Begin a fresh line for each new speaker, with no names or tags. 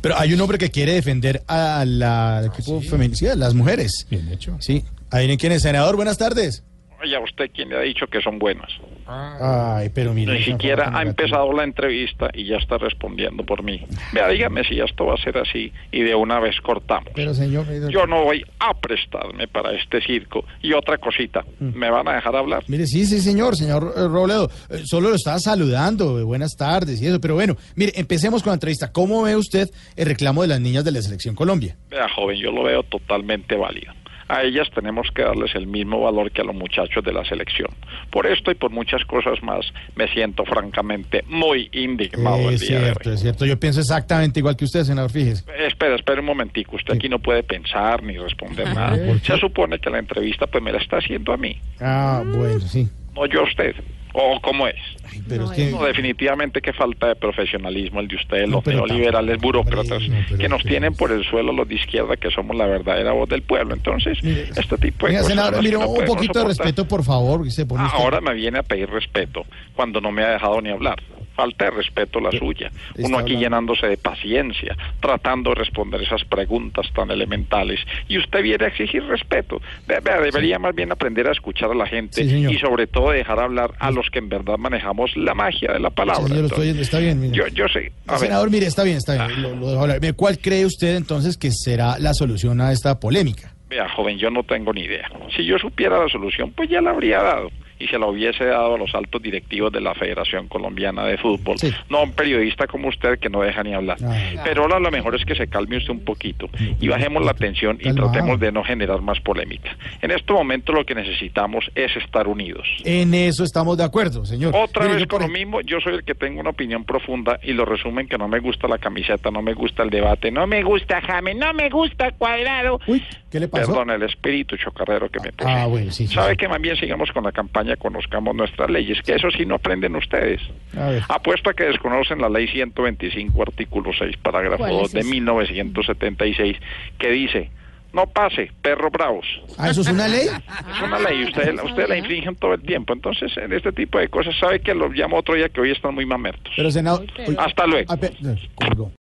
Pero hay un hombre que quiere defender a la- al equipo femenino, a las mujeres.
Bien hecho.
Sí. Ahí quién es, senador, buenas tardes.
Oye, ¿a usted quién le ha dicho que son buenas?
Ah, Ay, pero mire.
Ni
esa
siquiera
falta
ha
negativa.
empezado la entrevista y ya está respondiendo por mí. Vea, dígame si ya esto va a ser así y de una vez cortamos.
Pero señor, eh,
Yo no voy a prestarme para este circo. Y otra cosita,
Mm.
¿me van a dejar hablar?
Mire, sí, sí, señor, señor eh, Robledo, eh, solo lo estaba saludando, eh, buenas tardes y eso, pero bueno, mire, empecemos con la entrevista. ¿Cómo ve usted el reclamo de las niñas de la selección Colombia?
Vea, joven, yo lo veo totalmente válido. A ellas tenemos que darles el mismo valor que a los muchachos de la selección. Por esto y por muchas cosas más, me siento francamente muy indignado el
es
día de hoy.
cierto, es cierto, yo pienso exactamente igual que usted, senador, fíjese.
Espera, espera un momentico. Usted aquí no puede pensar ni responder nada.
Ah, ¿por qué?
Se supone que la entrevista pues me la está haciendo a mí,
Ah, bueno, sí.
no yo a usted. ¿O cómo es?
Ay, pero
No,
es que...
No, definitivamente qué falta de profesionalismo el de ustedes,
No,
los
pero
neoliberales
tampoco, hombre,
burócratas,
no, pero
que nos
ustedes-
tienen por el suelo los de izquierda, que somos la verdadera voz del pueblo. Entonces,
Mire,
este tipo de
Venga,
cosas
senador,
son las
mire,
que no
un
podemos
poquito de
soportar.
respeto, por favor, que se pone usted-
Ahora me viene a pedir respeto cuando no me ha dejado ni hablar. Falta de respeto la suya.
Eh, está
Uno aquí
hablando.
llenándose de paciencia, tratando de responder esas preguntas tan elementales. Y usted viene a exigir respeto. Ve- vea, debería más bien aprender a escuchar a la gente
Sí, señor.
y sobre todo dejar hablar a los que en verdad manejamos la magia de la
Sí,
palabra.
yo lo estoy-
Entonces,
está bien, mire.
yo, yo sé. A ver, Ah.
senador, mire, está bien, está bien, lo- lo dejo hablar. Mire, ¿Cuál cree usted entonces que será la solución a esta polémica?
Vea, joven, yo no tengo ni idea. Si yo supiera la solución, pues ya la habría dado y se la hubiese dado a los altos directivos de la Federación Colombiana de Fútbol,
Sí.
no a un periodista como usted que no deja ni hablar.
Ah.
Pero ahora lo mejor es que se calme usted un poquito y bajemos la tensión y
Calmado.
tratemos de no generar más polémica. En este momento lo que necesitamos es estar unidos.
En eso estamos de acuerdo, señor.
Otra
Mire,
vez
yo por
con lo
ej-
mismo, yo soy el que tengo una opinión profunda y lo resumen que no me gusta la camiseta, no me gusta el debate, no me gusta James, no me gusta Cuadrado.
Uy, ¿qué le pasó?
Perdón, el espíritu chocarrero que me puse.
Ah, bueno, sí, sí,
¿Sabe
sí.
que más bien sigamos con la campaña Conozcamos Nuestras Leyes? Que eso sí no aprenden ustedes.
A ver.
Apuesto a que desconocen la ley 125, artículo 6, parágrafo
¿Cuál es
2 de
esa?
1976, que dice, no pase, perros bravos.
Ah, eso es una ley.
Es una
Ah,
ley, ustedes,
no
ustedes la
sabía.
infringen todo el tiempo. Entonces, en este tipo de cosas, ¿sabe que los llamo otro día que hoy están muy mamertos?
Pero senador.
Uy, pero-
Hasta luego.
Ah, pe- no, colgó.